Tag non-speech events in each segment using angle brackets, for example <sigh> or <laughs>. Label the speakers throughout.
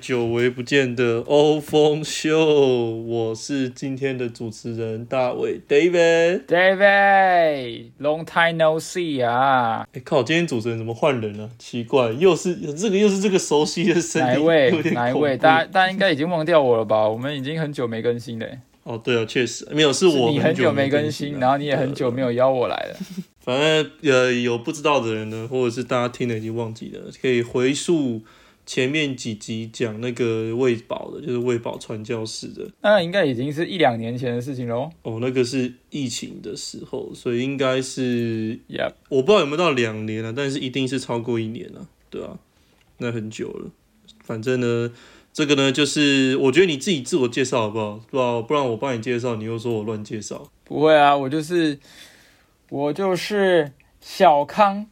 Speaker 1: 久违不见的欧风秀，我是今天的主持人大卫 David。
Speaker 2: David，long time no see 啊！
Speaker 1: 哎、靠，今天主持人怎么换人了、啊奇怪，又是这个又是这个熟悉的声音，
Speaker 2: 哪一
Speaker 1: 有
Speaker 2: 位？
Speaker 1: 点
Speaker 2: 哪一
Speaker 1: 恐
Speaker 2: 位？
Speaker 1: 怖
Speaker 2: 大家大家应该已经忘掉我了吧？我们已经很久没更新了欸，
Speaker 1: 哦，对啊，确实没有是我
Speaker 2: 你很
Speaker 1: 久
Speaker 2: 久没
Speaker 1: 更
Speaker 2: 更新，
Speaker 1: 了
Speaker 2: 然后你也很久没有邀我来了。
Speaker 1: 反正呃，有不知道的人呢，或者是大家听了已经忘记了，可以回溯前面几集讲那个喂饱的，就是喂饱传教士的。
Speaker 2: 那应该已经是一两年前的事情喽。
Speaker 1: 哦，那个是疫情的时候，所以应该是
Speaker 2: Yep，
Speaker 1: 我不知道有没有到两年了、啊但是一定是超过一年了、对啊，那很久了。反正呢，这个呢，就是我觉得你自己自我介绍好不好？不然不然我帮你介绍，你又说我乱介绍。
Speaker 2: 不会啊，我就是我就是小康，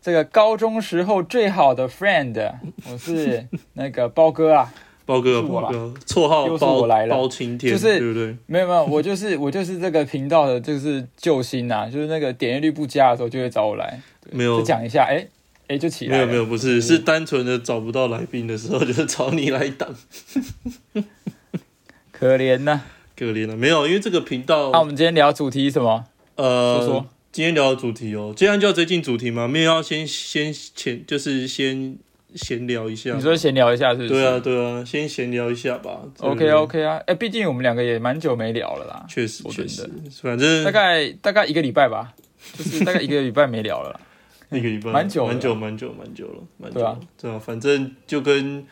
Speaker 2: 这个高中时候最好的 friend，我是那个包哥啊。
Speaker 1: 包哥啊，
Speaker 2: 是我啦
Speaker 1: 包哥啊，绰号
Speaker 2: 又是
Speaker 1: 包
Speaker 2: 我来了
Speaker 1: 包青天，
Speaker 2: 就是
Speaker 1: 对不对？
Speaker 2: 没有没有，我就是我就是这个频道的就是救星呐、就是那个点阅率不佳的时候就会找我来，对
Speaker 1: 没有
Speaker 2: 就讲一下，哎、哎、就起
Speaker 1: 没
Speaker 2: 来了
Speaker 1: 有没有，不是，是单纯的找不到来宾的时候，就是找你来挡，
Speaker 2: 可怜呐、
Speaker 1: 可怜啊了。没有，因为这个频道，
Speaker 2: 那、我们今天聊主题什么？
Speaker 1: 呃，
Speaker 2: 说说
Speaker 1: 今天聊的主题哦，今天就要直接进主题吗？没有，要先先前就是先闲聊一下。
Speaker 2: 你说闲聊一下是不是？
Speaker 1: 对啊，对啊，先闲聊一下吧。
Speaker 2: ，OK OK 啊，哎、毕竟我们两个也蛮久没聊了啦，
Speaker 1: 确实
Speaker 2: 说
Speaker 1: 确
Speaker 2: 真
Speaker 1: 实
Speaker 2: 的，
Speaker 1: 反正
Speaker 2: 大概大概一个礼拜吧，就是大概一个礼拜没聊了啦。 <laughs>
Speaker 1: 一个礼拜，
Speaker 2: 蛮久了
Speaker 1: 蛮久，蛮久，蛮久了，蛮久
Speaker 2: 对啊
Speaker 1: 了，对啊，反正就跟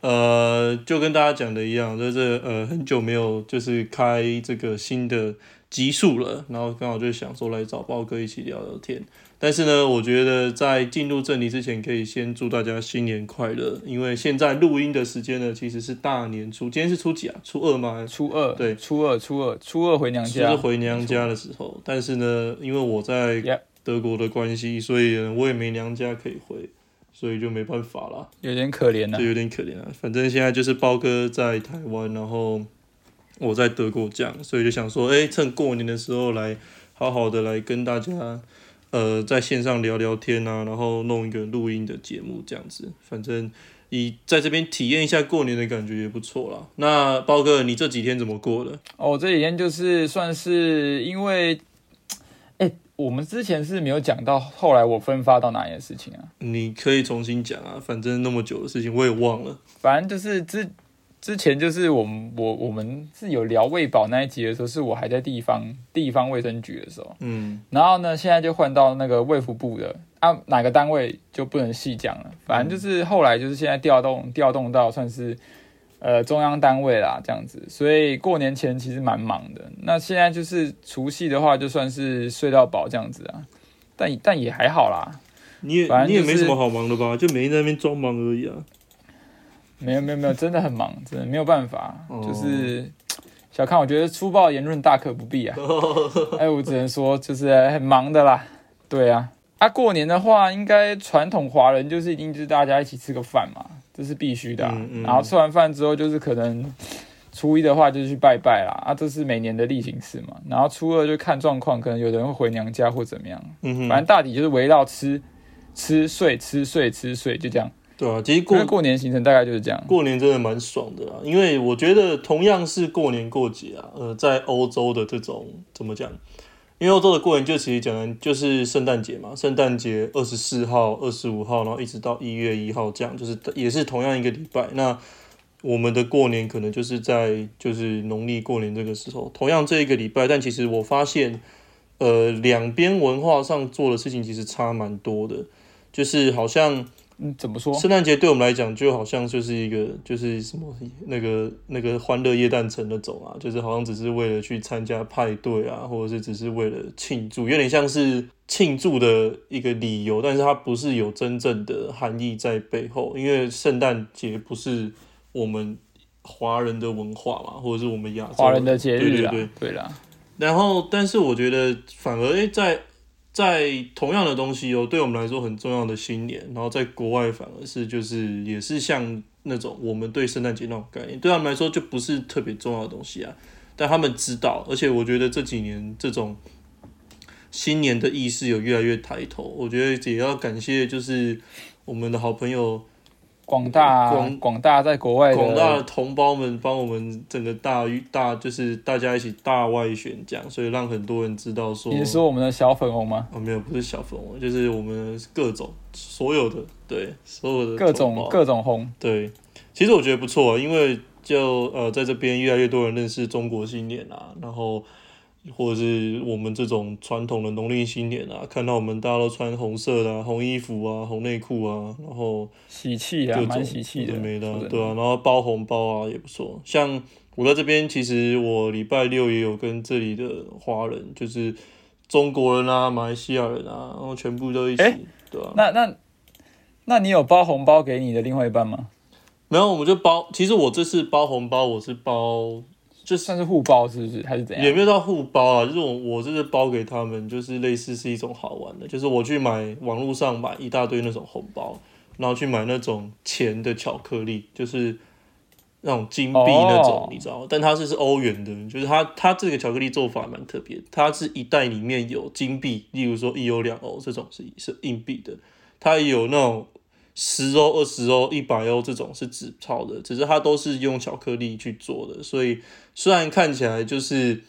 Speaker 1: 呃，就跟大家讲的一样，就是呃，很久没有就是开这个新的集数了，然后刚好就想说来找豹哥一起聊聊天。但是呢，我觉得在进入正题之前，可以先祝大家新年快乐，因为现在录音的时间呢，其实是大年初，今天是初几啊？初二吗？
Speaker 2: 初二，
Speaker 1: 对
Speaker 2: 初二，初二，初二回娘
Speaker 1: 就
Speaker 2: 家
Speaker 1: 是，回娘家的时候，但是呢，因为我在
Speaker 2: Yep
Speaker 1: 德国的关系，所以呢我也没娘家可以回，所以就没办法啦，
Speaker 2: 有点可怜呐、
Speaker 1: 就有点可怜啊。反正现在就是包哥在台湾，然后我在德国这样，所以就想说，哎、趁过年的时候来好好的来跟大家。呃，在线上聊聊天啊，然后弄一个录音的节目这样子，反正以在这边体验一下过年的感觉也不错啦。那包哥，你这几天怎么过的？
Speaker 2: 哦，这几天就是算是因为，哎、我们之前是没有讲到后来我分发到哪里的事情啊，
Speaker 1: 你可以重新讲啊，反正那么久的事情我也忘了。
Speaker 2: 反正就是之之前就是我们我我们是有聊卫保那一集的时候，是我还在地方地方卫生局的时候，
Speaker 1: 嗯，
Speaker 2: 然后呢，现在就换到那个卫福部的啊，哪个单位就不能细讲了，反正就是后来就是现在调动调动到算是。呃，中央单位啦，这样子，所以过年前其实蛮忙的。那现在就是除夕的话，就算是睡到饱这样子啊，但但也还好啦，
Speaker 1: 你也、
Speaker 2: 反正
Speaker 1: 你
Speaker 2: 就
Speaker 1: 也
Speaker 2: 是
Speaker 1: 没什么好忙的吧？就每天在那边装忙而已啊。
Speaker 2: 没有没有没有，真的很忙，真的没有办法，
Speaker 1: 哦
Speaker 2: 就是。小康，我觉得粗暴言论大可
Speaker 1: <laughs>
Speaker 2: 不必啊！哎，我只能说就是很忙的啦。对啊，啊，过年的话，应该传统华人就是一定就是大家一起吃个饭嘛，这是必须的、啊。
Speaker 1: 嗯嗯
Speaker 2: 然后吃完饭之后，就是可能初一的话就是去拜拜啦，啊，这是每年的例行事嘛。然后初二就看状况，可能有的人会回娘家或怎么样，
Speaker 1: 嗯
Speaker 2: 反
Speaker 1: 哼，
Speaker 2: 正大体就是围绕吃、吃睡、吃睡、吃睡，就这样。
Speaker 1: 对啊，其实
Speaker 2: 因
Speaker 1: 过
Speaker 2: 为过年行程大概就是这样。
Speaker 1: 过年真的蛮爽的啦，啊因为我觉得同样是过年过节啊，呃，在欧洲的这种怎么讲？因为欧洲的过年就其实讲的就是圣诞节嘛，圣诞节二十四号、二十五号，然后一直到一月一号这样，就是也是同样一个礼拜。那我们的过年可能就是在就是农历过年这个时候，同样这一个礼拜，但其实我发现，呃，两边文化上做的事情其实差蛮多的，就是好像。
Speaker 2: 嗯，怎么说？
Speaker 1: 圣诞节对我们来讲，就好像就是一个就是什么那个那个欢乐夜诞城那种啊，就是好像只是为了去参加派对啊，或者是只是为了庆祝，有点像是庆祝的一个理由，但是它不是有真正的含义在背后，因为圣诞节不是我们华人的文化嘛，或者是我们亚洲
Speaker 2: 华人的节日啊，
Speaker 1: 对对对
Speaker 2: 啦，
Speaker 1: 然后，但是我觉得反而诶，在在同样的东西哦，对我们来说很重要的新年，然后在国外反而是就是也是像那种我们对圣诞节那种概念，对他们来说就不是特别重要的东西啊。但他们知道，而且我觉得这几年这种新年的意识有越来越抬头，我觉得也要感谢就是我们的好朋友
Speaker 2: 广大
Speaker 1: 广
Speaker 2: 广大在国外
Speaker 1: 广大的
Speaker 2: 的
Speaker 1: 同胞们帮我们整个大大就是大家一起大外宣讲，所以让很多人知道说，
Speaker 2: 你是说我们的小粉红吗？
Speaker 1: 哦没有不是小粉红，就是我们各种所有的对所有的
Speaker 2: 各
Speaker 1: 同
Speaker 2: 种
Speaker 1: 胞
Speaker 2: 各种红，
Speaker 1: 对，其实我觉得不错，啊因为就呃，在这边越来越多人认识中国新年啊，然后或者是我们这种传统的农历新年啊，看到我们大家都穿红色的、啊、红衣服啊、红内裤啊，然后
Speaker 2: 喜气啊
Speaker 1: 各，
Speaker 2: 蛮
Speaker 1: 种
Speaker 2: 喜气
Speaker 1: 有
Speaker 2: 的，
Speaker 1: 没的
Speaker 2: 说
Speaker 1: 啊，
Speaker 2: 真
Speaker 1: 对啊，然后包红包啊也不错。像我在这边，其实我礼拜六也有跟这里的华人，就是中国人啊、马来西亚人啊，然后全部都一起，
Speaker 2: 诶
Speaker 1: 对啊。
Speaker 2: 那那那你有包红包给你的另外一半吗？
Speaker 1: 没有，我们就包。其实我这次包红包，我是包就是。
Speaker 2: 算是互包是不是？还是怎
Speaker 1: 也
Speaker 2: 样？
Speaker 1: 没有到互包啊，就是我我这是包给他们，就是类似是一种好玩的，就是我去买网络上买一大堆那种红包，然后去买那种钱的巧克力，就是那种金币那种
Speaker 2: 哦
Speaker 1: 你知道吗？但它是是欧元的，就是它它这个巧克力做法蛮特别，它是一袋里面有金币，例如说一欧两欧这种是是硬币的，它也有那种十欧、二十欧、一百欧这种是纸钞的，只是它都是用巧克力去做的，所以虽然看起来就是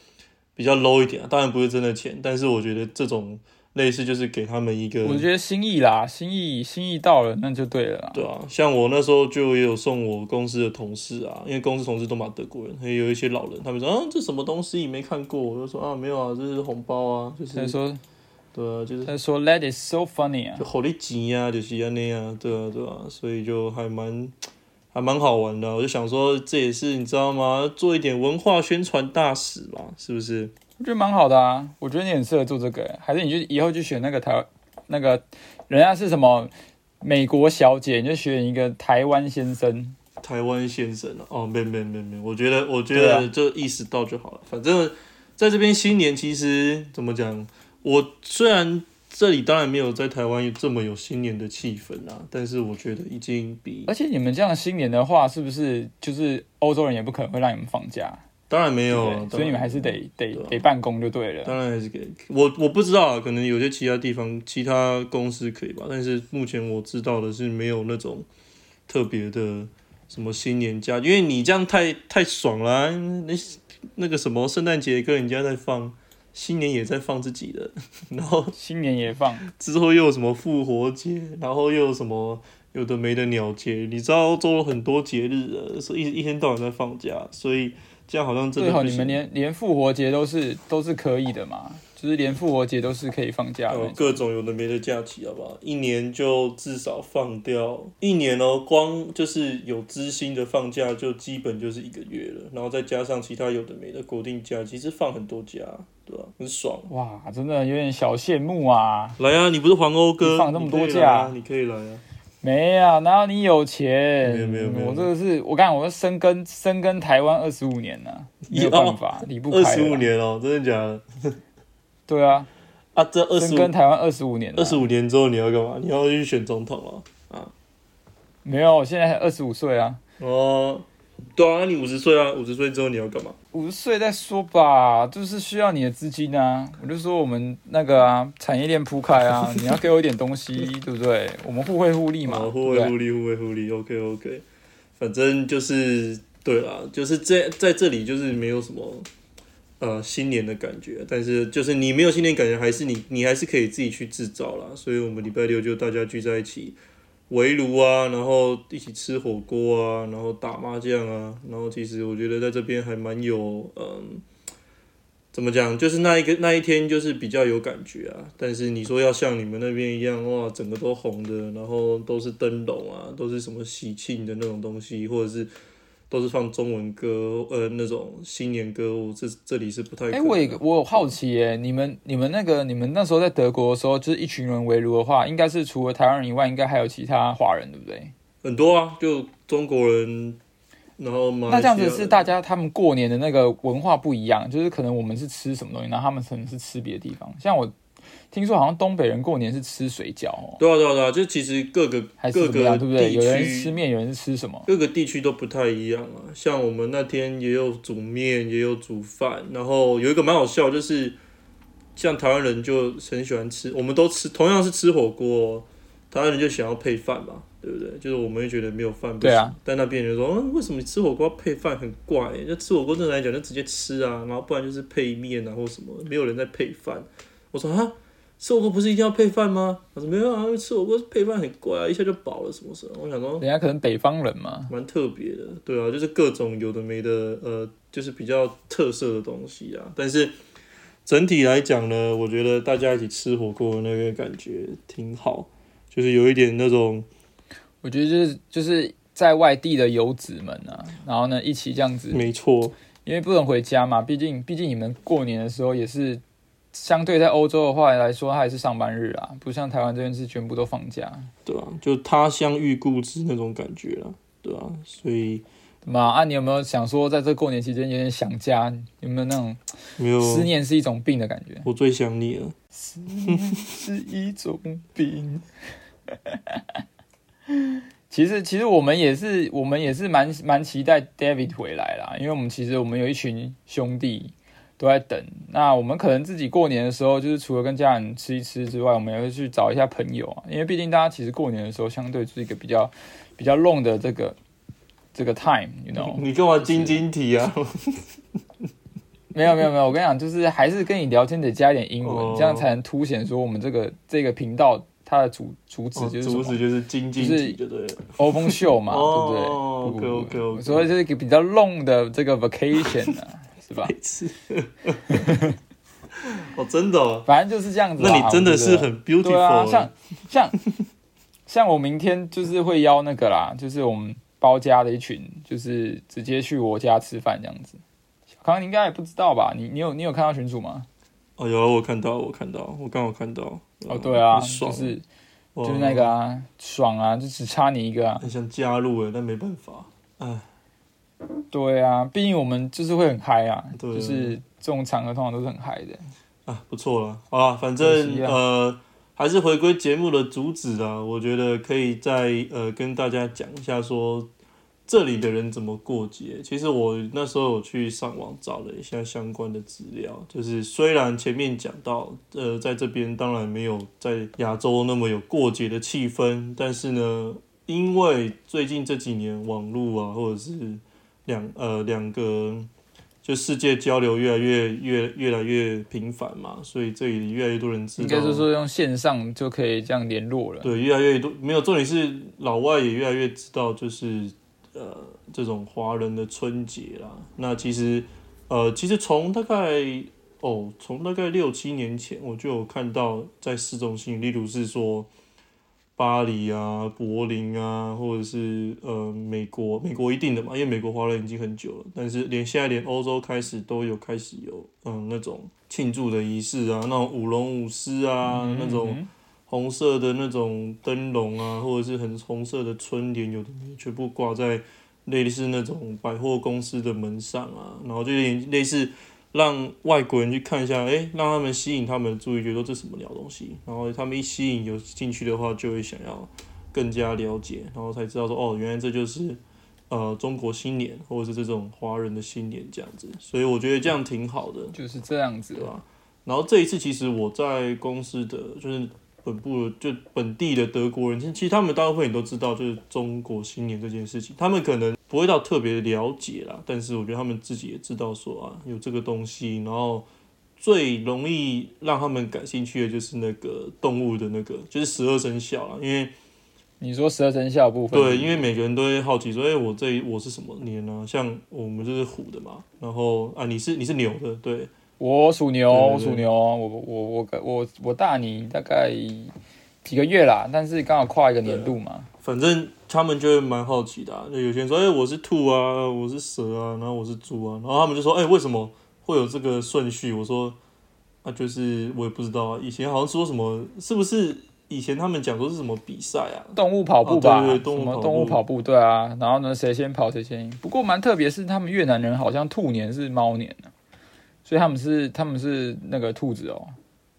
Speaker 1: 比较 low 一点、啊，当然不是真的钱，但是我觉得这种类似就是给他们一个，
Speaker 2: 我觉得心意啦，心意心意到了，那就对了啦。
Speaker 1: 对啊，像我那时候就也有送我公司的同事啊，因为公司同事都蛮德国人，还有一些老人，他们说啊这什么东西没看过，我就说啊没有啊，这是红包啊，就
Speaker 2: 他
Speaker 1: 是
Speaker 2: 说
Speaker 1: 对啊，就是
Speaker 2: 他说 That is so funny 啊
Speaker 1: 就，好你钱啊，就是安尼啊，对啊对啊，所以就还蛮还蛮好玩的啊、我就想说，这也是你知道吗？做一点文化宣传大使嘛，是不是？
Speaker 2: 我觉得蛮好的啊。我觉得你很适合做这个欸，还是你就以后就选那个台那个人家是什么美国小姐，你就选一个台湾先生。
Speaker 1: 台湾先生啊，哦，没没没没，我觉得我觉
Speaker 2: 对
Speaker 1: 得
Speaker 2: 啊
Speaker 1: 就意识到就好了。反正在这边新年其实怎么讲，我虽然这里当然没有在台湾这么有新年的气氛啊，但是我觉得已经比
Speaker 2: 而且你们这样新年的话，是不是就是欧洲人也不可能会让你们放假？
Speaker 1: 当然没有啊
Speaker 2: 对不，对
Speaker 1: 当然
Speaker 2: 所以你们还是
Speaker 1: 没有
Speaker 2: 得得
Speaker 1: 对啊
Speaker 2: 得办公就对了。
Speaker 1: 当然还是给我，我不知道啊，可能有些其他地方、其他公司可以吧，但是目前我知道的是没有那种特别的什么新年假，因为你这样太太爽啦、那那个什么圣诞节跟人家在放，新年也在放自己的，然后
Speaker 2: 新年也放，
Speaker 1: 之后又有什么复活节，然后又有什么有的没的鸟节，你知道欧洲有很多节日的，所以一一天到晚在放假，所以这样好像真
Speaker 2: 最
Speaker 1: 的
Speaker 2: 好
Speaker 1: 不
Speaker 2: 你们
Speaker 1: 行
Speaker 2: 连连复活节都是都是可以的嘛，就是连复活节都是可以放假的
Speaker 1: 有
Speaker 2: 那种。
Speaker 1: 各种有的没的假期，好不好？哦一年就至少放掉一年哦，光就是有知心的放假就基本就是一个月了，然后再加上其他有的没的国定假，其实放很多假，对吧、很爽。
Speaker 2: 哇，真的有点小羡慕啊！
Speaker 1: 来啊，你不是黄欧哥，
Speaker 2: 你放那么多
Speaker 1: 你可以来啊
Speaker 2: 假
Speaker 1: 你可以来啊。
Speaker 2: 没啊，哪有你有钱？
Speaker 1: 没有没有没有
Speaker 2: 我这个是我刚我深耕深耕台湾二十五年呢、没有办法，离不开
Speaker 1: 二
Speaker 2: 了
Speaker 1: 十五。年哦，真的假的？
Speaker 2: 对啊，
Speaker 1: 啊，这二十
Speaker 2: 深耕
Speaker 1: 五
Speaker 2: 台湾二十五年、啊，
Speaker 1: 二十五年之后你要干嘛？你要去选总统啊了？
Speaker 2: 没有，我现在才二十五岁啊，
Speaker 1: 哦，对啊，你五十岁啊，五十岁之后你要干嘛？
Speaker 2: 五十岁再说吧，就是需要你的资金啊。我就说我们那个啊，产业链铺开 <laughs> 啊，你要给我一点东西，对不对？我们互惠互利嘛，
Speaker 1: 哦，
Speaker 2: 对
Speaker 1: 互
Speaker 2: 不
Speaker 1: 惠
Speaker 2: 对
Speaker 1: 互利，互惠互利，OK OK，反正就是对啦，就是在在这里就是没有什么呃新年的感觉，但是就是你没有新年感觉，还是你你还是可以自己去制造啦。所以我们礼拜六就大家聚在一起围炉啊，然后一起吃火锅啊，然后打麻将啊，然后其实我觉得在这边还蛮有嗯。怎么讲？就是那一个那一天，就是比较有感觉啊。但是你说要像你们那边一样，哇，整个都红的，然后都是灯笼啊，都是什么喜庆的那种东西，或者是都是放中文歌，呃，那种新年歌，我这这里是不太可
Speaker 2: 哎、
Speaker 1: 能啊。
Speaker 2: 我也我有好奇耶、你们你们那个你们那时候在德国的时候，就是一群人围炉的话，应该是除了台湾人以外，应该还有其他华人，对不对？
Speaker 1: 很多啊，就中国人，然后马来西
Speaker 2: 那
Speaker 1: 啊
Speaker 2: 这
Speaker 1: 亚
Speaker 2: 样
Speaker 1: 人
Speaker 2: 子是大家他们过年的那个文化不一样，就是可能我们是吃什么东西，然后他们可能是吃别的地方。像我听说好像东北人过年是吃水饺、哦，
Speaker 1: 对啊对啊对啊，就其实各个
Speaker 2: 还是
Speaker 1: 各
Speaker 2: 怎么
Speaker 1: 个
Speaker 2: 样，对不对？
Speaker 1: 地
Speaker 2: 有人吃
Speaker 1: 区
Speaker 2: 面，有人是吃什么？
Speaker 1: 各个地区都不太一样啊。像我们那天也有煮面，也有煮饭，然后有一个蛮好笑，就是像台湾人就很喜欢吃，我们都吃同样是吃火锅哦、台湾人就想要配饭嘛，对不对？就是我们会觉得没有饭不
Speaker 2: 对
Speaker 1: 行，
Speaker 2: 啊
Speaker 1: 但那边人就说、嗯，为什么你吃火锅要配饭很怪、欸？就吃火锅正常来讲就直接吃啊，然后不然就是配面啊或什么，没有人在配饭。我说啊，吃火锅不是一定要配饭吗？他说没有啊，吃火锅配饭很怪啊，一下就饱了什么什么。我想说
Speaker 2: 人家可能北方人嘛，
Speaker 1: 蛮特别的，对啊，就是各种有的没的，呃，就是比较特色的东西啊。但是整体来讲呢，我觉得大家一起吃火锅的那个感觉挺好，就是有一点那种
Speaker 2: 我觉得就是就是在外地的游子们啊，然后呢一起这样子，
Speaker 1: 没错，
Speaker 2: 因为不能回家嘛，毕竟毕竟你们过年的时候也是相对在欧洲的话来说，它还是上班日啊，不像台湾这边是全部都放假。
Speaker 1: 对啊，就他乡遇故知那种感觉啦，对啊，所以
Speaker 2: 嘛啊，你有没有想说，在这过年期间有点想家？有没有那种
Speaker 1: 没有
Speaker 2: 思念是一种病的感觉？
Speaker 1: 我最想你了。
Speaker 2: 思念是一种病。 <laughs> 其实，其实我们也是，我们也是蛮蛮期待 David 回来啦，因为我们其实我们有一群兄弟都在等。那我们可能自己过年的时候，就是除了跟家人吃一吃之外，我们也会去找一下朋友啊，因为毕竟大家其实过年的时候，相对是一个比较比较 long 的这个这个 time，you know。
Speaker 1: 你干嘛晶晶体啊？
Speaker 2: 没有没有没有，我跟你讲，就是还是跟你聊天得加一点英文，
Speaker 1: 哦
Speaker 2: 这样才能凸显说我们这个这个频道它的主主旨就是什
Speaker 1: 竹
Speaker 2: 么
Speaker 1: 子哦就是晶晶体，就对了。 <laughs>
Speaker 2: 欧风秀嘛，
Speaker 1: 哦
Speaker 2: 对不对
Speaker 1: OK，OK，OK
Speaker 2: 不不不所以这个比较 long 的这个 vacation 啊， <laughs> 是吧？
Speaker 1: 每次，哦，真的、
Speaker 2: <laughs>
Speaker 1: 哦，
Speaker 2: 反正就是这样子啦。啊
Speaker 1: 那你真的是很
Speaker 2: 我觉得对啊，
Speaker 1: beautiful 欸、
Speaker 2: 像像像我明天就是会邀那个啦，就是我们包家的一群，就是直接去我家吃饭这样子。小康，你应该也不知道吧？你你有你有看到群主吗？
Speaker 1: 哦，有啊我看到，我看到，我刚好看到。
Speaker 2: 哦，对啊，
Speaker 1: 很爽
Speaker 2: 就是
Speaker 1: 哇
Speaker 2: 就是那个啊，爽啊，就只差你一个啊。
Speaker 1: 很想加入哎，但没办法。哎，
Speaker 2: 对啊，毕竟我们就是会很嗨啊，
Speaker 1: 对啊
Speaker 2: 就是这种场合通常都是很嗨的。
Speaker 1: 啊，不错了，好啦，反
Speaker 2: 可
Speaker 1: 正
Speaker 2: 惜啊
Speaker 1: 呃，还是回归节目的主旨啊。我觉得可以再呃跟大家讲一下说这里的人怎么过节。其实我那时候有去上网找了一下相关的资料，就是虽然前面讲到，呃，在这边当然没有在亚洲那么有过节的气氛，但是呢，因为最近这几年网络啊，或者是两呃两个就世界交流越来越越越来越频繁嘛，所以这里越来越多人知道，
Speaker 2: 应该是说用线上就可以这样联络了。
Speaker 1: 对，越来越多没有重点是老外也越来越知道，就是呃这种华人的春节啦。那其实呃其实从大概哦从大概六七年前我就有看到在市中心，例如是说巴黎啊、柏林啊，或者是呃美国，美国一定的嘛，因为美国华人已经很久了，但是连现在连欧洲开始都有开始有嗯那种庆祝的仪式啊，那种舞龙舞狮啊、那种。
Speaker 2: 嗯
Speaker 1: 红色的那种灯笼啊，或者是很红色的春联，有的没的全部挂在类似那种百货公司的门上啊，然后就有点类似让外国人去看一下，诶，让他们吸引他们的注意，觉得这什么鸟东西，然后他们一吸引有兴趣的话，就会想要更加了解，然后才知道说，哦，原来这就是呃中国新年，或者是这种华人的新年这样子，所以我觉得这样挺好的。
Speaker 2: 就是这样子
Speaker 1: 对。吧？然后这一次其实我在公司的就是本部的就本地的德国人，其实其实他们大部分也都知道，就是中国新年这件事情，他们可能不会到特别了解啦，但是我觉得他们自己也知道说啊有这个东西，然后最容易让他们感兴趣的就是那个动物的那个，就是十二生肖啦，因为。
Speaker 2: 你说十二生肖的部分，
Speaker 1: 对，因为每个人都会好奇说，哎、我这一我是什么年呢、像我们就是虎的嘛，然后啊，你是你是牛的，对，
Speaker 2: 我属牛，
Speaker 1: 对对对
Speaker 2: 我属牛，我我我我我大你大概几个月啦，但是刚好跨一个年度嘛。
Speaker 1: 反正他们就会蛮好奇的、啊，就有些人说，哎、我是兔啊，我是蛇啊，然后我是猪啊，然后他们就说，哎、为什么会有这个顺序？我说，啊，就是我也不知道啊，以前好像说什么，是不是以前他们讲说是什么比赛啊？
Speaker 2: 动物跑步
Speaker 1: 哦
Speaker 2: 吧，
Speaker 1: 对对对动物
Speaker 2: 什
Speaker 1: 跑
Speaker 2: 么
Speaker 1: 步
Speaker 2: 动物跑步？对啊，然后呢，谁先跑谁先赢。不过蛮特别，是他们越南人好像兔年是猫年啊所以他们是他们是那个兔子哦，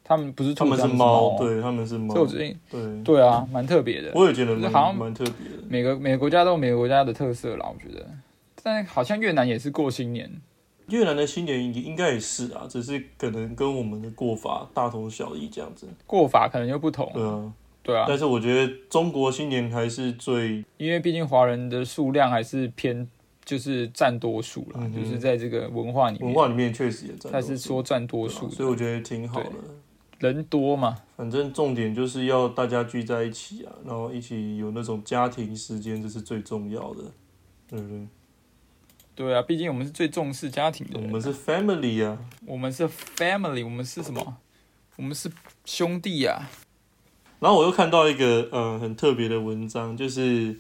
Speaker 2: 他们不是
Speaker 1: 他
Speaker 2: 兔
Speaker 1: 们
Speaker 2: 子，
Speaker 1: 是
Speaker 2: 猫哦
Speaker 1: 猫，。对，他们是猫
Speaker 2: 所以，我最近
Speaker 1: 对，
Speaker 2: 对啊，蛮特别的。
Speaker 1: 我也觉得
Speaker 2: 就是
Speaker 1: 蛮
Speaker 2: 好像
Speaker 1: 蛮特别的。
Speaker 2: 每个每个国家都有每个国家的特色啦，我觉得。但好像越南也是过新年，
Speaker 1: 越南的新年应该也是啊，只是可能跟我们的过法大同小异这样子。
Speaker 2: 过法可能又不同。
Speaker 1: 对啊，
Speaker 2: 对啊，
Speaker 1: 但是我觉得中国新年还是最
Speaker 2: 因为毕竟华人的数量还是偏就是占多数啦，
Speaker 1: 嗯哼
Speaker 2: 就是在这个文化里面，
Speaker 1: 文化里面确实也占多数，
Speaker 2: 他是说占多
Speaker 1: 对啊
Speaker 2: 数的，
Speaker 1: 所以我觉得挺好的。
Speaker 2: 人多嘛，
Speaker 1: 反正重点就是要大家聚在一起啊，然后一起有那种家庭时间，这是最重要的，对不对？
Speaker 2: 对啊，毕竟我们是最重视家庭的
Speaker 1: 我
Speaker 2: 人，
Speaker 1: 们是 family 啊，
Speaker 2: 我们是 family，我们是什么？我们是兄弟啊呀、
Speaker 1: 然后我又看到一个呃很特别的文章，就是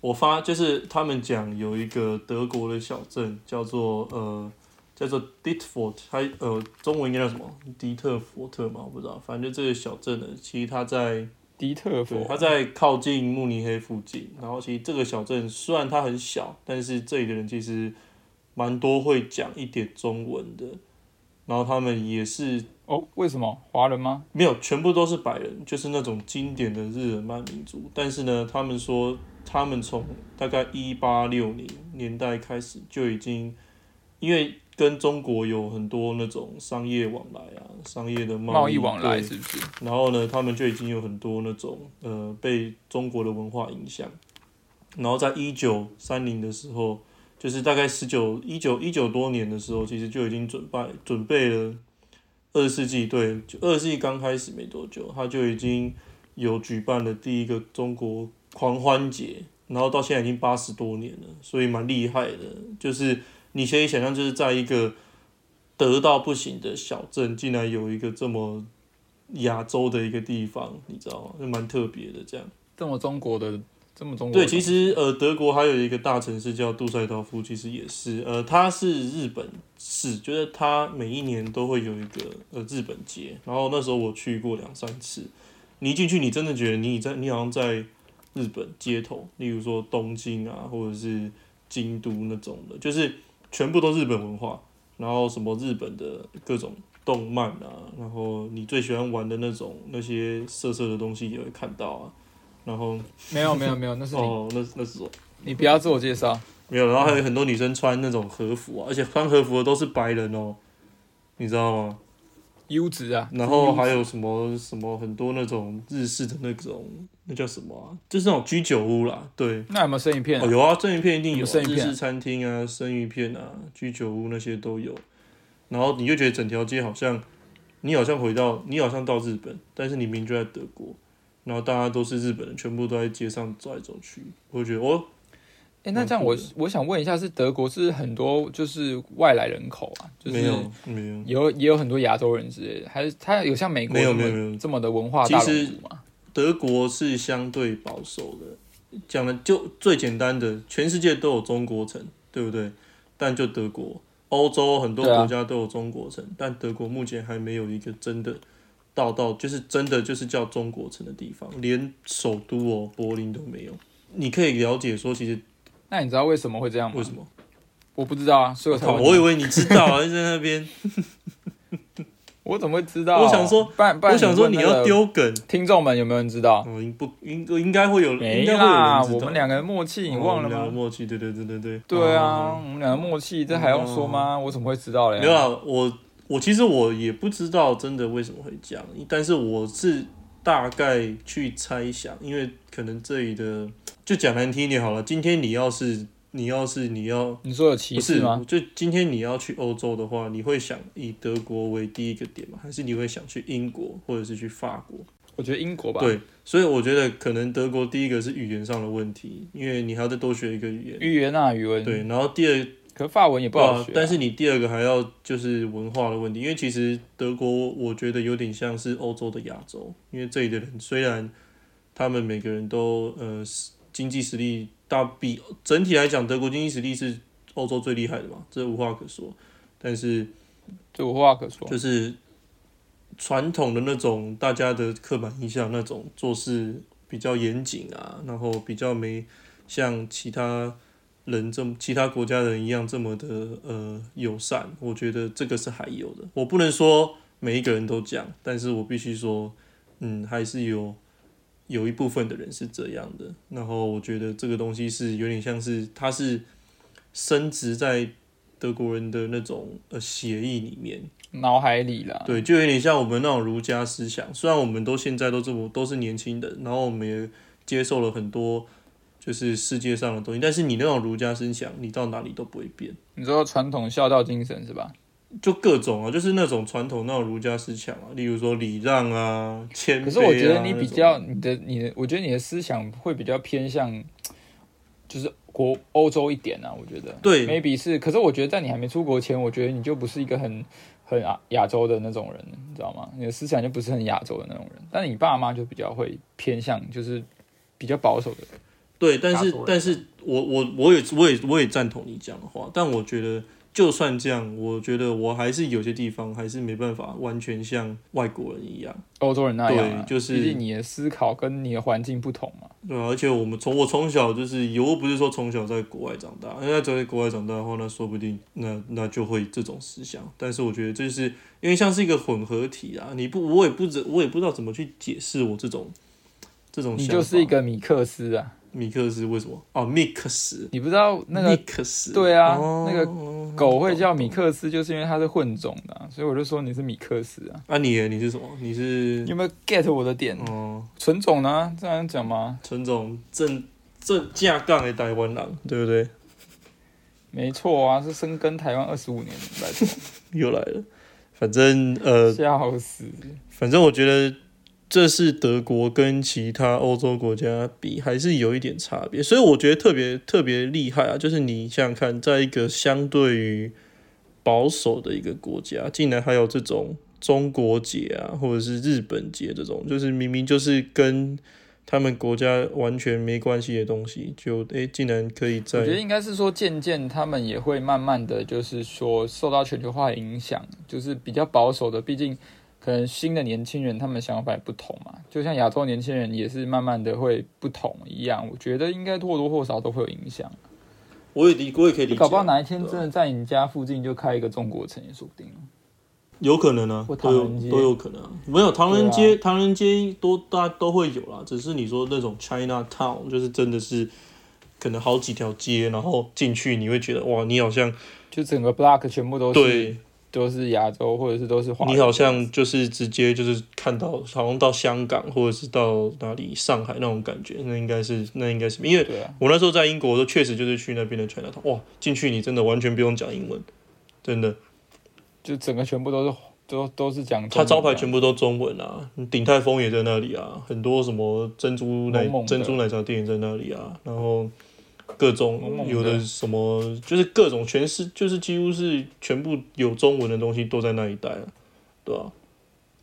Speaker 1: 我发，就是他们讲有一个德国的小镇叫做呃叫做 Ditfort，它呃中文应该叫什么？迪特佛特嘛，我不知道。反正就这个小镇呢，其实它在
Speaker 2: 迪特
Speaker 1: 对
Speaker 2: 佛
Speaker 1: 它，在靠近慕尼黑附近。然后其实这个小镇虽然它很小，但是这里的人其实蛮多会讲一点中文的。然后他们也是
Speaker 2: 哦，为什么华人吗？
Speaker 1: 没有，全部都是白人，就是那种经典的日耳曼民族。但是呢，他们说他们从大概一八六零年代开始就已经，因为跟中国有很多那种商业往来啊，商业的
Speaker 2: 贸
Speaker 1: 易
Speaker 2: 易往来
Speaker 1: 对
Speaker 2: 是不是？
Speaker 1: 然后呢，他们就已经有很多那种呃被中国的文化影响。然后在一九三零的时候，就是大概十九一九一九多年的时候，其实就已经准备准备了二十世纪，对，就二十世纪刚开始没多久，他就已经有举办了第一个中国狂欢节，然后到现在已经八十多年了，所以蛮厉害的。就是你可以想象，就是在一个得到不行的小镇，竟然有一个这么亚洲的一个地方，你知道吗？就蛮特别的这样。
Speaker 2: 这么中国的，这么中国的
Speaker 1: 对，其实呃，德国还有一个大城市叫杜塞道夫，其实也是呃，它是日本市，就是它每一年都会有一个呃日本节，然后那时候我去过两三次，你一进去，你真的觉得你在你好像在日本街头，例如说东京啊，或者是京都那种的，就是全部都日本文化，然后什么日本的各种动漫啊，然后你最喜欢玩的那种那些色色的东西也会看到啊，然后
Speaker 2: 没有没有没有，那是你，
Speaker 1: 哦，那那是我
Speaker 2: 你不要自我介绍，
Speaker 1: 没有，然后还有很多女生穿那种和服啊，而且穿和服的都是白人哦，你知道吗？
Speaker 2: 优质啊，
Speaker 1: 然后还有什么什么很多那种日式的那种那叫什么啊、就是那种居酒屋啦，对，
Speaker 2: 那有没有生鱼片、
Speaker 1: 哦有啊，生鱼片一定有啊、
Speaker 2: 生鱼
Speaker 1: 日
Speaker 2: 片
Speaker 1: 式餐厅啊，生鱼片啊，居酒屋那些都有，然后你就觉得整条街好像你好像回到你好像到日本，但是你明明就在德国，然后大家都是日本人，全部都在街上走来走去，我就觉得哦，
Speaker 2: 哎、那这样我我想问一下，是德国是很多就是外来人口啊，就是
Speaker 1: 没有没有。
Speaker 2: 有也有很多亚洲人之类的，还是他有像美国
Speaker 1: 没有
Speaker 2: 这么
Speaker 1: 没有没有
Speaker 2: 这么的文化大
Speaker 1: 其实
Speaker 2: 熔炉吗？
Speaker 1: 德国是相对保守的，讲的就最简单的，全世界都有中国城，对不对？但就德国，欧洲很多
Speaker 2: 对啊
Speaker 1: 国家都有中国城，但德国目前还没有一个真的到到就是真的就是叫中国城的地方，连首都哦柏林都没有。你可以了解说，其实
Speaker 2: 那你知道为什么会这样吗
Speaker 1: 为？什么？
Speaker 2: 我不知道啊，所以我才
Speaker 1: 靠
Speaker 2: 问
Speaker 1: 我以
Speaker 2: 你
Speaker 1: 为你知道啊，就在那边。
Speaker 2: 我怎么会知道？
Speaker 1: 我想说，
Speaker 2: 不然不然
Speaker 1: 我想说
Speaker 2: 问
Speaker 1: 你
Speaker 2: 那个
Speaker 1: 要丢梗，
Speaker 2: 听众们有没有人知道？
Speaker 1: 哦，应不应应该会有，
Speaker 2: 没
Speaker 1: 应该会有
Speaker 2: 啦，
Speaker 1: 人知道。
Speaker 2: 我们两个人默契，你忘
Speaker 1: 哦我
Speaker 2: 了
Speaker 1: 们两个
Speaker 2: 吗？
Speaker 1: 默契，对对对对对。
Speaker 2: 对
Speaker 1: 哦
Speaker 2: 啊，我们两个默契，这还用说吗？我怎么会知道嘞？
Speaker 1: 没有啊，我我其实我也不知道真的为什么会这样，但是我是大概去猜想，因为可能这里的就讲难听一点好了，今天你要是你要是你要
Speaker 2: 你说有歧
Speaker 1: 不
Speaker 2: 视
Speaker 1: 是
Speaker 2: 吗？
Speaker 1: 就今天你要去欧洲的话，你会想以德国为第一个点吗？还是你会想去英国或者是去法国？
Speaker 2: 我觉得英国吧，
Speaker 1: 对，所以我觉得可能德国第一个是语言上的问题，因为你还要再多学一个语言。
Speaker 2: 语言啊，语文，
Speaker 1: 对，然后第二
Speaker 2: 可法文也不好学啊
Speaker 1: 对啊。但是你第二个还要就是文化的问题，因为其实德国我觉得有点像是欧洲的亚洲，因为这里的人虽然他们每个人都呃实经济实力大比整体来讲，德国经济实力是欧洲最厉害的嘛，这无话可说。但是
Speaker 2: 对我无话可说。
Speaker 1: 就是传统的那种大家的刻板印象，那种做事比较严谨啊，然后比较没像其他人这么其他国家的人一样这么的呃友善，我觉得这个是还有的。我不能说每一个人都这样，但是我必须说，嗯，还是有有一部分的人是这样的。然后我觉得这个东西是有点像是它是升值在德国人的那种呃协议里面，
Speaker 2: 脑海里啦。
Speaker 1: 对，就有点像我们那种儒家思想。虽然我们都现在都这么都是年轻人，然后我们也接受了很多就是世界上的东西，但是你那种儒家思想，你到哪里都不会变。
Speaker 2: 你知道传统孝道精神是吧？
Speaker 1: 就各种啊，就是那种传统那种儒家思想啊，例如说礼让啊、谦卑啊。
Speaker 2: 可是我觉得你
Speaker 1: 那
Speaker 2: 比
Speaker 1: 种
Speaker 2: 较你的你的，我觉得你的思想会比较偏向，就是国欧洲一点啊。我觉得
Speaker 1: 对
Speaker 2: ，maybe 是。可是我觉得在你还没出国前，我觉得你就不是一个很很亚亚洲的那种人，你知道吗？你的思想就不是很亚洲的那种人。但你爸妈就比较会偏向，就是比较保守的。
Speaker 1: 对，但
Speaker 2: 大
Speaker 1: 是
Speaker 2: 多人
Speaker 1: 但是我我我也我也我也赞同你讲的话，但我觉得就算这样，我觉得我还是有些地方还是没办法完全像外国人一样，
Speaker 2: 欧洲人那样、啊，
Speaker 1: 对就是
Speaker 2: 毕竟你的思考跟你的环境不同嘛。
Speaker 1: 对、啊、而且我们从我从小就是，又不是说从小在国外长大，因为在国外长大的话，那说不定那那就会这种思想。但是我觉得这是因为像是一个混合体啊，你不我也不知我也不知道怎么去解释我这种这种
Speaker 2: 你
Speaker 1: 想法。
Speaker 2: 就是一个米克斯啊，
Speaker 1: 米克斯为什么？哦，mix
Speaker 2: 你不知道那个
Speaker 1: mix
Speaker 2: 对啊
Speaker 1: 哦、
Speaker 2: 那个狗会叫米克斯，就是因为它是混种的啊、所以我就说你是米克斯啊。
Speaker 1: 啊，你你是什么？你是
Speaker 2: 你有没有 get 我的点？
Speaker 1: 哦，
Speaker 2: 纯种呢、这样讲吗？
Speaker 1: 陈总正正架杠的台湾人，对不对？
Speaker 2: 没错啊，是深耕台湾二十五年，拜托
Speaker 1: 又来了，反正呃，
Speaker 2: 笑死！
Speaker 1: 反正我觉得这是德国跟其他欧洲国家比还是有一点差别，所以我觉得特别特别厉害啊！就是你想想看，在一个相对于保守的一个国家，竟然还有这种中国节啊，或者是日本节这种，就是明明就是跟他们国家完全没关系的东西，就诶、竟然可以
Speaker 2: 我觉得
Speaker 1: 在
Speaker 2: 应该是说，渐渐他们也会慢慢的就是说受到全球化的影响，就是比较保守的，毕竟可能新的年轻人他们想法也不同嘛，就像亚洲年轻人也是慢慢的会不同一样，我觉得应该或多或少都会有影响。
Speaker 1: 我也理我也可以理解啊，
Speaker 2: 搞不好哪一天
Speaker 1: 对啊
Speaker 2: 真的在你家附近就开一个中国城也说不定哦。
Speaker 1: 有可能啊
Speaker 2: 或，
Speaker 1: 都
Speaker 2: 唐人
Speaker 1: 有
Speaker 2: 街
Speaker 1: 都有可能、啊。没有唐人街，唐人街都大家都会有啦。只是你说那种 China Town，就是真的是可能好几条街，然后进去你会觉得哇，你好像
Speaker 2: 就整个 block 全部都是
Speaker 1: 对
Speaker 2: 都是亚洲或者是都是华人，
Speaker 1: 你好像就是直接就是看到，好像到香港或者是到哪里上海那种感觉，那应该是那应该是因为
Speaker 2: 对啊，
Speaker 1: 我那时候在英国，确实就是去那边的 China Town，哇，进去你真的完全不用讲英文，真的。
Speaker 2: 就整个全部都是都都是讲
Speaker 1: 它招牌全
Speaker 2: 部
Speaker 1: 部都中文啊，鼎泰丰也在那里啊，很多什么珍珠奶
Speaker 2: 萌萌的
Speaker 1: 珍珠奶茶店也在那里啊，然后各种
Speaker 2: 萌萌的
Speaker 1: 有的什么就是各种全是就是几乎是全部有中文的东西都在那一带啊，对啊，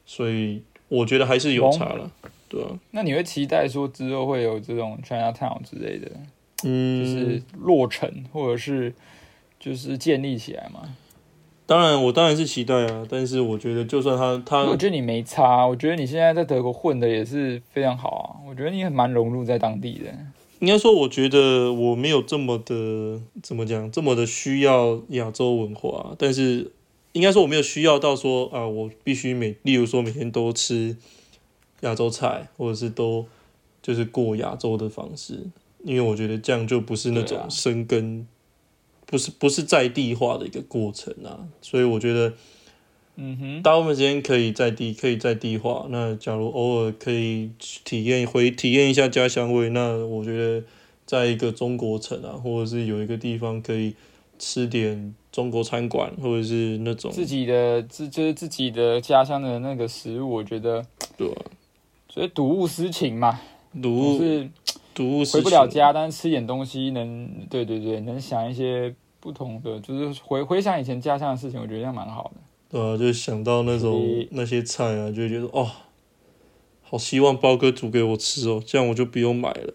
Speaker 1: 所以我觉得还是有差了，对啊，
Speaker 2: 那你会期待说之后会有这种 China Town 之类的，
Speaker 1: 嗯，
Speaker 2: 就是落成或者是就是建立起来嘛？
Speaker 1: 当然我当然是期待啊，但是我觉得就算他他
Speaker 2: 我觉得你没差，啊我觉得你现在在德国混的也是非常好啊，我觉得你很蛮融入在当地的。
Speaker 1: 应该说，我觉得我没有这么的怎么讲，这么的需要亚洲文化，但是应该说我没有需要到说啊，我必须每，例如说每天都吃亚洲菜，或者是都就是过亚洲的方式，因为我觉得这样就不是那
Speaker 2: 对
Speaker 1: 种
Speaker 2: 啊
Speaker 1: 生根，不是不是在地化的一个过程啊，所以我觉得
Speaker 2: 嗯哼，
Speaker 1: 大部分时间可以在地，可以在地化。那假如偶尔可以体验回体验一下家乡味，那我觉得在一个中国城啊，或者是有一个地方可以吃点中国餐馆，或者是那种
Speaker 2: 自己的自就是自己的家乡的那个食物，我觉得
Speaker 1: 对吧、啊？
Speaker 2: 所以睹物思情嘛，就
Speaker 1: 读物
Speaker 2: 是。
Speaker 1: 读物思
Speaker 2: 回不
Speaker 1: 情
Speaker 2: 了家，但是吃点东西能，对对对，能想一些不同的，就是回回想以前家乡的事情，我觉得这样蛮好的。
Speaker 1: 对啊，就想到那
Speaker 2: 所
Speaker 1: 种
Speaker 2: 以
Speaker 1: 那些菜啊，就会觉得哦，好希望包哥煮给我吃哦，这样我就不用买了，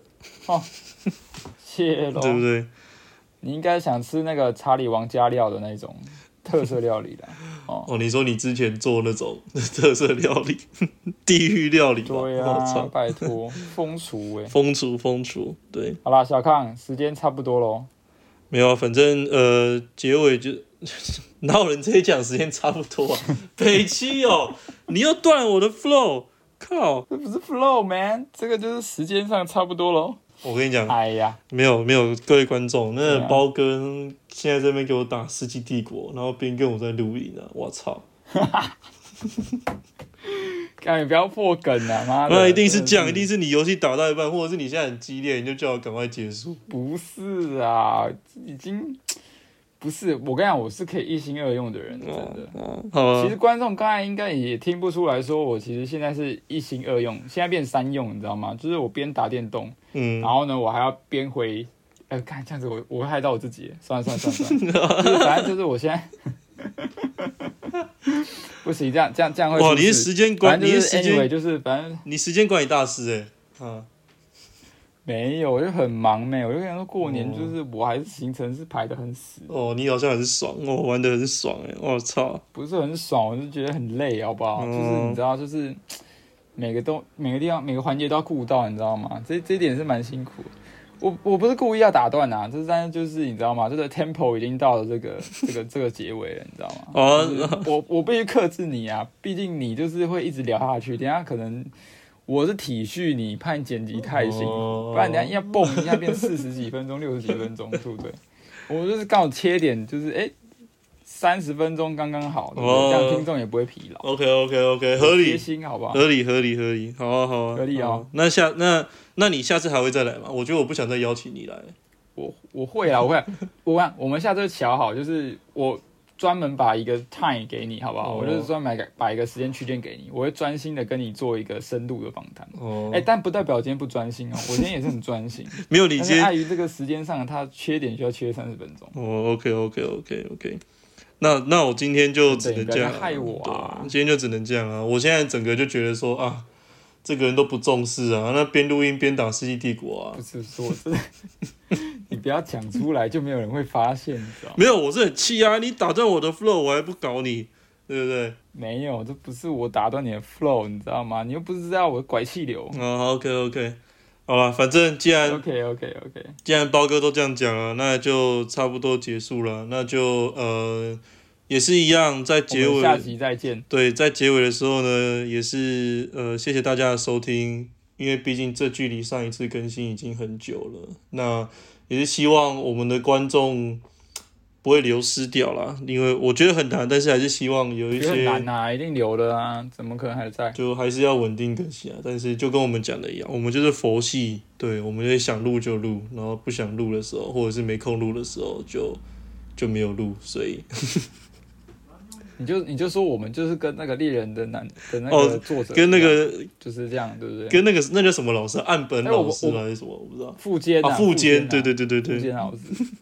Speaker 2: 谢喽，
Speaker 1: 对不对？
Speaker 2: 你应该想吃那个查理王加料的那种特色
Speaker 1: <laughs>
Speaker 2: 料理啦。哦，
Speaker 1: 哦，你说你之前做那种 <laughs> 特色料理，地狱料理吧，
Speaker 2: 对
Speaker 1: 我操
Speaker 2: 啊，拜托，风俗哎、
Speaker 1: 风厨风厨，对，
Speaker 2: 好啦，小康，时间差不多喽。
Speaker 1: 没有啊，反正呃，结尾就 <laughs> 哪有人直接讲时间差不多啊？ <laughs> 北七哦，你又断我的 flow，靠！
Speaker 2: 这不是 flow man，这个就是时间上差不多喽。
Speaker 1: 我跟你讲，
Speaker 2: 哎呀，
Speaker 1: 没有没有，各位观众，那
Speaker 2: 对啊
Speaker 1: 包哥现在这边给我打《世纪帝国》，然后边跟我在录影啊，我操！
Speaker 2: 看你不要破梗啊！妈的，
Speaker 1: 那一定是这
Speaker 2: 真
Speaker 1: 样，
Speaker 2: 的
Speaker 1: 一定是你游戏打到一半，或者是你现在很激烈，你就叫我赶快结束。
Speaker 2: 不是啊，已经不是。我跟你讲，我是可以一心二用的人，真的。
Speaker 1: 好
Speaker 2: 其
Speaker 1: 啊
Speaker 2: 实，观众刚才应该也听不出来说，我其实现在是一心二用，现在变三用，你知道吗？就是我边打电动，
Speaker 1: 嗯
Speaker 2: 然，后呢，我还要边回，呃，看这样子我我会害到我自己，算了算了算
Speaker 1: <laughs>
Speaker 2: 了算了，就是反正就是我现在。 <laughs> 不行，这样这样这样会
Speaker 1: 哇，
Speaker 2: 出
Speaker 1: 你是
Speaker 2: 事
Speaker 1: 时间
Speaker 2: 反
Speaker 1: 管，
Speaker 2: 正
Speaker 1: 你
Speaker 2: 就是是
Speaker 1: 时
Speaker 2: anyway，
Speaker 1: 间，
Speaker 2: 就是反正
Speaker 1: 你时间管理大师哎、啊，
Speaker 2: 没有，我就很忙没，我就跟他说过年
Speaker 1: 哦
Speaker 2: 就是我还是行程是排的很死，
Speaker 1: 哦，你好像很爽，哦，玩的很爽哎、我操，
Speaker 2: 不是很爽，我就觉得很累，好不好？
Speaker 1: 嗯
Speaker 2: 就是你知道，就是每个都每个地方每个环节都要顾到，你知道吗？这这一点是蛮辛苦的。我我不是故意要打断啊，就是但是就是你知道吗？这个 tempo 已经到了这个这个这个结尾了，你知道吗？
Speaker 1: 哦 <laughs>
Speaker 2: 就是我我必须克制你啊，毕竟你就是会一直聊下去，等一下可能我是体恤你，怕你剪辑太辛苦，
Speaker 1: 哦
Speaker 2: 不然等一下要蹦一下变四十几分钟、六十几分钟，对不对？我就是刚好切点，就是哎，三、十分钟刚刚好，对不对？
Speaker 1: 哦
Speaker 2: 这样听众也不会疲劳，
Speaker 1: ，OK OK OK，合
Speaker 2: 贴
Speaker 1: 理，
Speaker 2: 心好不好？
Speaker 1: 合理合理合理，好啊好啊，
Speaker 2: 合理哦
Speaker 1: 好啊。那下那那你下次还会再来吗？我觉得我不想再邀请你来。
Speaker 2: 我我会啊啦，我会，我看我们下周瞧好，就是我专门把一个 time 给你，好不好？
Speaker 1: 哦
Speaker 2: 我就是专门把把一个时间区间给你，我会专心的跟你做一个深度的访谈。
Speaker 1: 哦
Speaker 2: 哎、但不代表我今天不专心哦，我今天也是很
Speaker 1: <laughs>
Speaker 2: 专心，
Speaker 1: 没有你
Speaker 2: 但
Speaker 1: 今
Speaker 2: 是
Speaker 1: 天
Speaker 2: 碍于这个时间上，它缺点需要切三十分钟。
Speaker 1: 哦，OK OK OK OK，那那我今天就只能这样、
Speaker 2: 对你不要再害我啊
Speaker 1: 对今天就只能这样啊！我现在整个就觉得说啊，这个人都不重视啊，那边录音边打《世纪帝国》啊
Speaker 2: 不，是 <laughs> 说，我真的，你不要讲出来，就没有人会发现，你知道吗？
Speaker 1: 没有，我是很气啊！你打断我的 flow，我还不搞你，对不对？
Speaker 2: 没有，这不是我打断你的 flow，你知道吗？你又不知道我拐气流。
Speaker 1: 啊、好 o k OK，好了，反正既然
Speaker 2: OK OK OK，
Speaker 1: 既然包哥都这样讲了，那就差不多结束了，那就呃也是一样，在结
Speaker 2: 我
Speaker 1: 尾
Speaker 2: 们下集再见。
Speaker 1: 对，在结尾的时候呢，也是呃，谢谢大家的收听，因为毕竟这距离上一次更新已经很久了，那也是希望我们的观众不会流失掉啦，因为我觉得很难，但是还是希望有一
Speaker 2: 觉得很
Speaker 1: 些，
Speaker 2: 难啊，一定留的啊，怎么可能还在？
Speaker 1: 就还是要稳定更新啊。但是就跟我们讲的一样，我们就是佛系，对，我们就是想录就录，然后不想录的时候，或者是没空录的时候就就没有录，所以
Speaker 2: 你就你就说我们就是跟那个猎人的男的那
Speaker 1: 哦
Speaker 2: 个作者一样、
Speaker 1: 跟那个
Speaker 2: 就是这样，对不对？
Speaker 1: 跟那个那叫什么老师，岸本
Speaker 2: 哎我
Speaker 1: 老师
Speaker 2: 我
Speaker 1: 吗还是什么，我不知道。
Speaker 2: 富坚
Speaker 1: 啊，
Speaker 2: 富
Speaker 1: 附坚，
Speaker 2: 啊
Speaker 1: 对对对对对
Speaker 2: 福，建老师，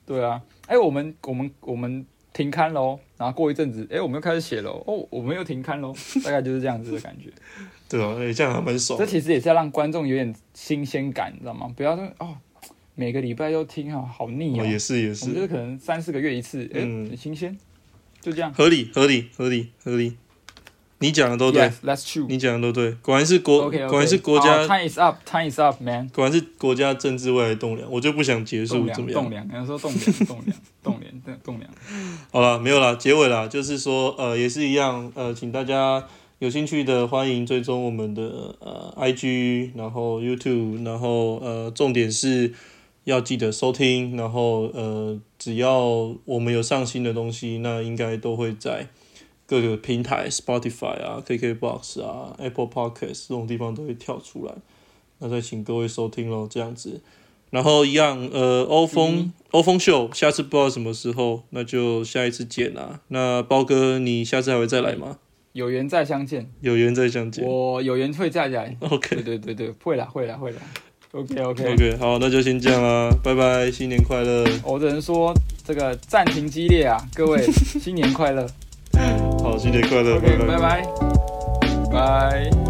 Speaker 2: 对啊，哎、我们我们我们停刊喽，然后过一阵子，哎、我们又开始写喽，哦，我们又停刊喽，大概就是这样子
Speaker 1: <laughs>
Speaker 2: 的感觉。
Speaker 1: 对啊，哎，这样还蛮爽
Speaker 2: 这。其实也是要让观众有点新鲜感，你知道吗？不要说哦，每个礼拜都听啊，好腻哦。
Speaker 1: 哦，也是也
Speaker 2: 我们就是
Speaker 1: 是，
Speaker 2: 可能三四个月一次，哎、
Speaker 1: 嗯
Speaker 2: 很新鲜，就这样。
Speaker 1: 合理合理合理合理。你讲的都哦对
Speaker 2: yes,，that's true.
Speaker 1: 你讲的都对，果然是国
Speaker 2: OK，, o
Speaker 1: 果然是国家，
Speaker 2: time is up, time is up, man.
Speaker 1: 果然是国家政治外的栋梁。我就不想结
Speaker 2: 栋
Speaker 1: 束，怎
Speaker 2: 梁，
Speaker 1: 么
Speaker 2: 栋
Speaker 1: 样？
Speaker 2: 梁，人家说栋梁，栋梁， <laughs> 栋梁，对，栋梁。
Speaker 1: 好了，没有啦，结尾啦，就是说，呃，也是一样，呃，请大家有兴趣的欢迎追踪我们的呃 IG，然后 YouTube，然后呃，重点是要记得收听，然后呃，只要我们有上新的东西，那应该都会在各个平台，Spotify 啊、KKBox 啊、Apple Podcast 这种地方都会跳出来。那再请各位收听喽，这样子。然后一样，呃，欧风欧风秀，下次不知道什么时候，那就下一次见啦。那包哥，你下次还会再来吗？
Speaker 2: 有缘再相见，
Speaker 1: 有缘再相见。
Speaker 2: 我有缘会再来。对
Speaker 1: OK
Speaker 2: <laughs> 对对对，会啦会啦会啦。OK
Speaker 1: <laughs>
Speaker 2: OK，哦
Speaker 1: OK，好，那就先这样啦，拜拜，新年快乐。
Speaker 2: 我只能说这个战情激烈啊，各位
Speaker 1: <laughs>
Speaker 2: 新年快乐。
Speaker 1: 好，新年快乐，
Speaker 2: OK，
Speaker 1: 拜
Speaker 2: 拜拜，拜。